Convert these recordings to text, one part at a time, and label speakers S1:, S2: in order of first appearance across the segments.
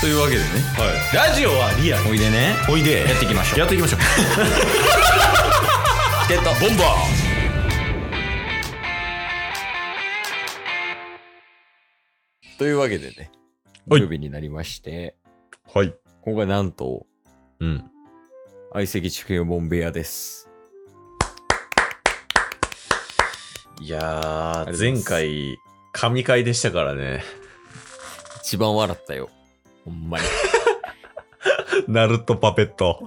S1: というわけでね
S2: ラジオはリアル
S1: おいでね
S2: おいで
S1: やっていきましょう
S2: やっていきましょう
S1: チケットボンバーというわけでね土
S2: はい
S1: 曜日になりまして
S2: はい
S1: 今回なんと
S2: うん
S1: 相席地球ボンベアです
S2: いや
S1: りがとうご
S2: ー
S1: ざいま
S2: 前
S1: す
S2: 回神回でしたからね
S1: 一番笑ったよほんまに
S2: ナルトパペット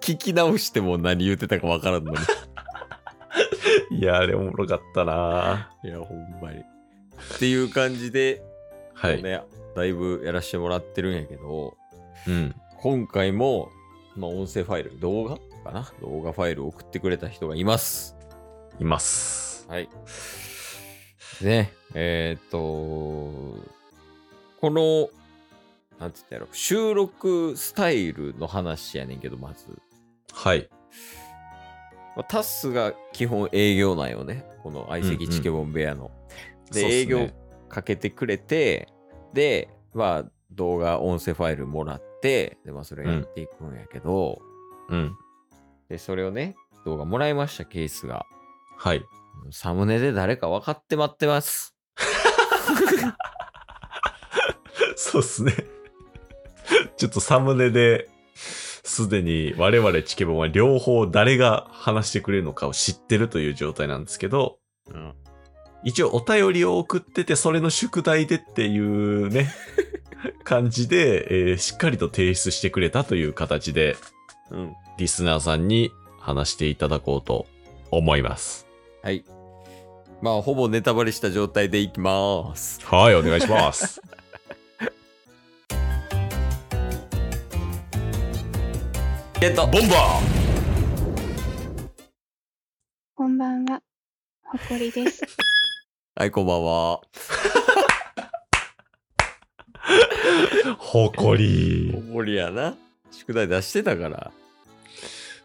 S1: 聞き直しても何言ってたかわからん のに
S2: いやーあれおもろかったない
S1: やほんまにっていう感じで、
S2: はい、
S1: ねだいぶやらしてもらってるんやけど
S2: うん
S1: 今回も、まあ、音声ファイル、動画かな動画ファイルを送ってくれた人がいます。
S2: います
S1: はい。ね、えーっと、この、なんて言ったやろ、収録スタイルの話やねんけど、まず。
S2: はい
S1: まあタッスが基本営業なんよね。この相席チケボンベアの。で、
S2: そうっすね
S1: 営業かけてくれて、で、まあ、動画、音声ファイルもらって、で、まあ、それやっていくんやけど、
S2: うん
S1: で、それをね、動画もらいました、ケースが。
S2: はい
S1: サムネで誰か分かって待ってます。
S2: そうっすね。ちょっとサムネで、すでに我々チケボンは両方誰が話してくれるのかを知ってるという状態なんですけど、
S1: うん。
S2: 一応お便りを送ってて、それの宿題でっていう ね、感じで、えーしっかりと提出してくれたという形で、
S1: うん。
S2: リスナーさんに話していただこうと思います。
S1: はい。まあ、ほぼネタバレした状態でいきます。
S2: はい、お願いします。
S1: ゲットボンバー
S3: こんばんは。ほこりです。
S1: はい、こんばんは。
S2: 誇り。
S1: ぼりやな。宿題出してたから。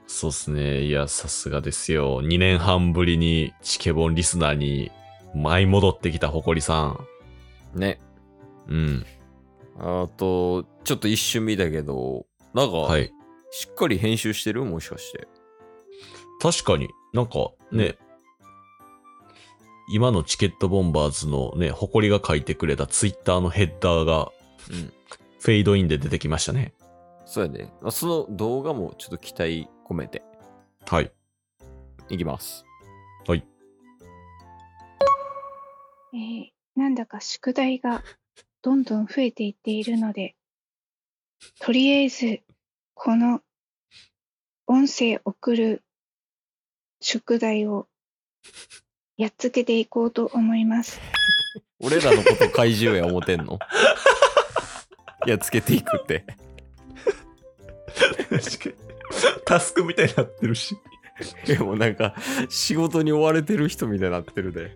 S2: そうっすね。いや、さすがですよ。2年半ぶりにチケボンリスナーに舞い戻ってきたほこりさん。
S1: ね。
S2: うん。
S1: あと、ちょっと一瞬見たけど、なんか、
S2: はい。
S1: しっかり編集してるもしかして。
S2: 確かになんかね、今のチケットボンバーズのね、ほこりが書いてくれたツイッターのヘッダーが
S1: うん。
S2: フェードインで出てきましたね。
S1: そうやね。あその動画もちょっと期待込めて
S2: はい。
S1: いきます。
S3: えーなんだか宿題がどんどん増えていっているので、とりあえず、この音声送る宿題をやっつけていこうと思います。
S1: 俺らのこと怪獣や思てん のいや、つけていくって。
S2: タスクみたいになってるし。
S1: でもなんか、仕事に追われてる人みたいになってるで。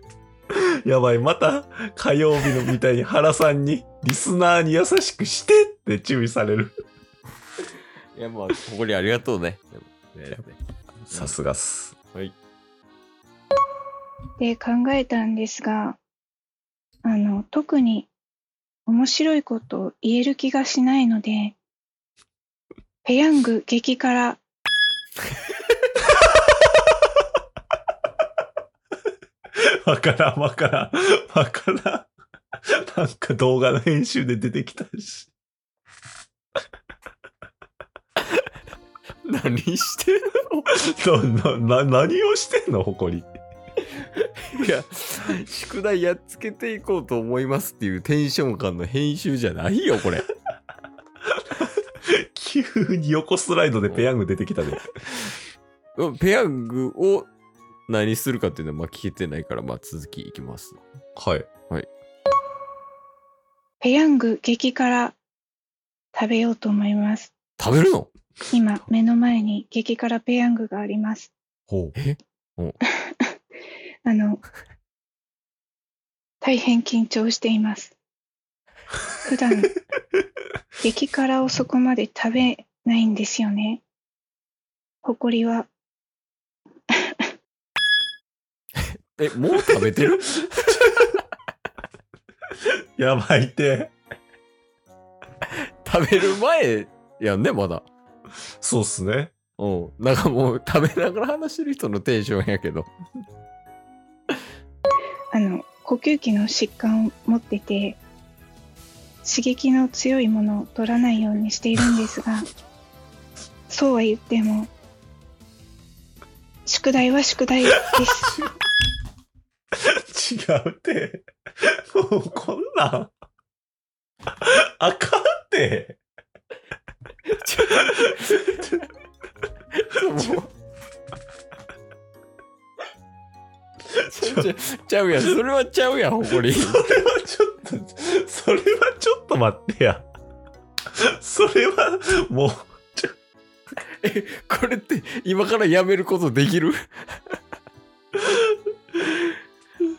S2: やばい、また火曜日のみたいに原さんにリスナーに優しくしてって注意される。
S1: いや、まあ、ここにありがとうね。でもね
S2: さすがっす。
S1: はい。
S3: で考えたんですが、あの、特に面白いことを言える気がしないので、ペヤング激辛
S2: わからん、わからん、わからん。なんか動画の編集で出てきたし。
S1: 何してる
S2: な、な、な、何をしてんの、誇り。
S1: のいや、宿題やっつけていこうと思いますっていうテンション感の編集じゃないよ、これ。
S2: 急に横スライドでペヤング出てきたで。
S1: うんペヤングを何するかっていうのはまあ聞けてないから、まあ続きいきます。
S2: はい。
S3: ペヤング激辛食べようと思います。
S1: 食べるの
S3: 今、目の前に激辛ペヤングがあります。
S2: ほう。
S3: あの、大変緊張しています。普段、激辛をそこまで食べないんですよね。ほこりは、
S1: え、もう食べてる
S2: やばいって。
S1: 食べる前やんね、まだ。
S2: そうっすね。
S1: うん。なんかもう食べながら話してる人のテンションやけど。
S3: あの呼吸器の疾患を持ってて刺激の強いものを取らないようにしているんですがそうは言っても宿題は宿題です。
S2: 違うて。もうこんなん。あかんて。
S1: もうちゃちゃちゃうやん。それはちゃうやん、ほこり。
S2: それはちょっと、それはちょっと待ってや。それは、もう、
S1: これって今からやめることできるあ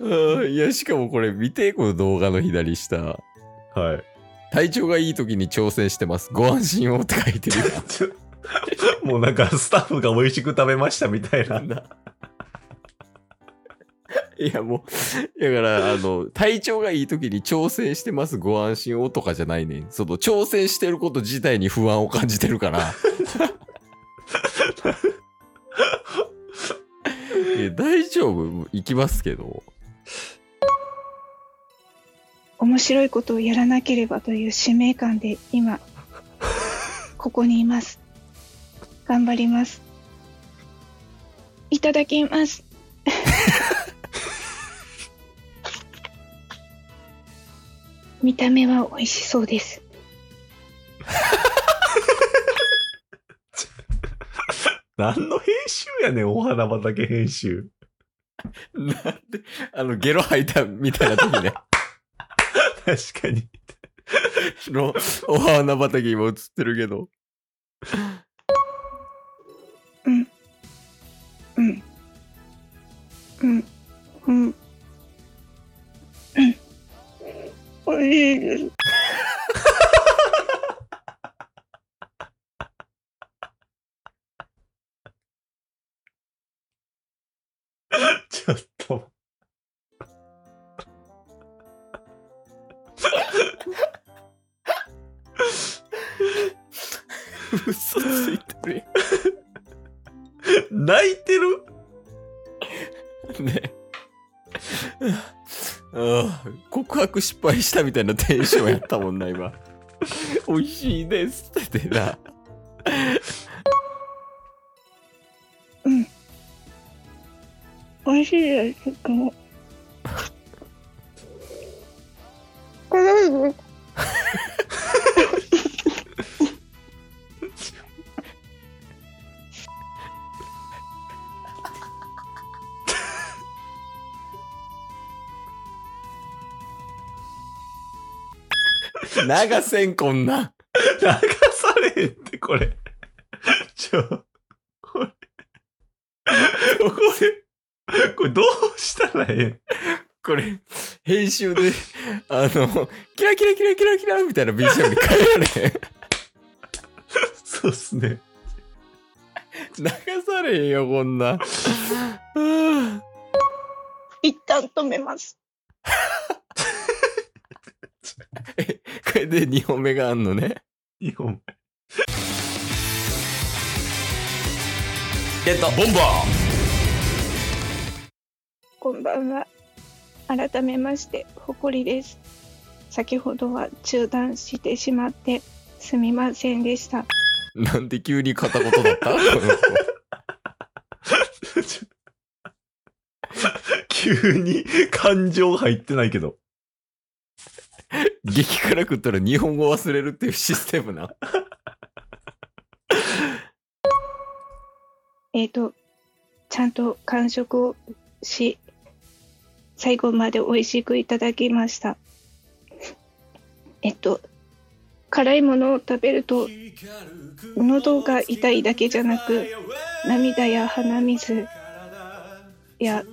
S1: ー いやしかもこれ見てこの動画の左下
S2: はい。
S1: 体調がいい時に挑戦してますご安心をって書いてるよ
S2: ちょもうなんかスタッフが美味しく食べましたみたいな。
S1: いやもうだからあの体調がいい時に挑戦してますご安心をとかじゃないねんその挑戦してること自体に不安を感じてるから いや大丈夫行きますけど
S3: 面白いことをやらなければという使命感で 今ここにいます頑張りますいただき ます見た目は美味しそうです
S2: 何の編集やねん、お花畑編集。
S1: なんで、あの、ゲロ吐いたみたいな時ね。
S2: 確かに。
S1: の、お花畑今映ってるけど。
S3: うんうんうんうんうん美味しいです
S2: ちょっと。
S1: 嘘ついてる
S2: 泣いてる
S1: やん。ね。ああ、告白失敗したみたいなテンションやったもんな、今。美味しいですっててな。
S3: うん美味しいですとてもこれどうぞ
S1: 流せん、こんなん。
S2: 流されへんって、これ。ちょ、これ。これ、これどうしたらええん
S1: これ、編集で、あの、キラキラキラキラキラみたいな BGM に変えられへん。
S2: そうっすね。
S1: 流されへんよ、こんなん。うん
S3: 一旦止めます
S1: これで2本目があんのね。
S2: 日本。
S1: えっと、ボンバ
S3: こんばんは改めまして誇りです先ほどは中断してしまってすみませんでした
S1: ーなんで急に片言だったこの子
S2: ちょ急に感情入ってない けど。
S1: 激辛食ったら日本語忘れるっていうシステムな。
S3: えっ、とちゃんと完食をし最後まで美味しくいただきましたえっと辛いものを食べると喉が痛いだけじゃなく涙や鼻水や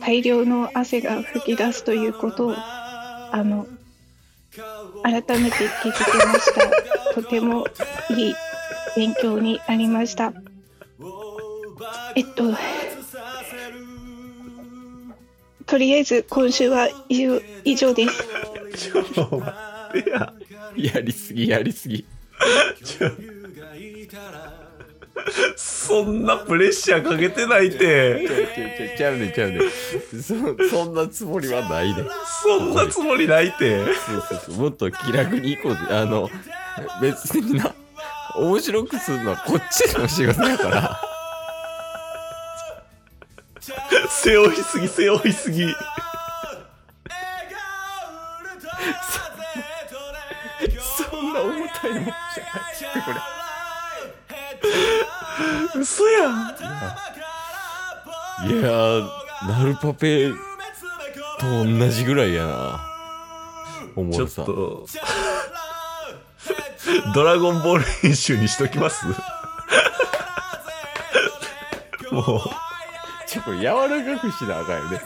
S3: 大量の汗が噴き出すということをあの改めて気づきましたとてもいい勉強になりましたえっととりあえず今週は以上以上です
S2: ちょお前
S4: でや。
S1: やりすぎやりすぎ
S4: そんなプレッシャーかけてないって。
S1: ちゃうちゃうちゃうちゃうねちゃうねそそんなつもりはないね
S4: そんなつもりないって。
S1: そうそうそうもっと気楽に行こうぜあの別にな面白くするのはこっちの仕事だから
S4: 背負いすぎ、背負いすぎ。
S1: そんな重たいもんじゃないこれ
S4: 嘘やん。
S1: いやー、ナルパペと同じぐらいやな。思
S4: ちょ
S1: う
S4: っ
S1: さ。
S4: と、ドラゴンボール編集にしときますも
S1: ちょっと柔らかくしなあかんよね。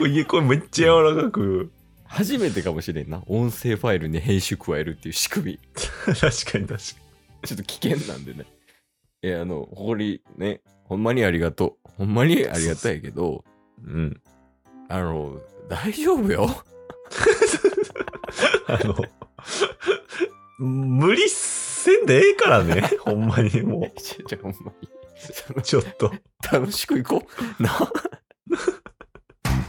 S4: う、いや、これめっちゃ柔らかく。
S1: 初めてかもしれんな。音声ファイルに編集加えるっていう仕組み。
S4: 確かに確か
S1: ちょっと危険なんでね。いや、あの、誇りね、ほんまにありがとう。ほんまにありがたいけど、
S4: に。うん。
S1: あの、大丈夫よ。
S4: あの、無理せんでええからね。ほんまにも、
S1: ちょ、ちょ、ほんまに。そう
S4: ちょっと。
S1: の楽しくいこう。な。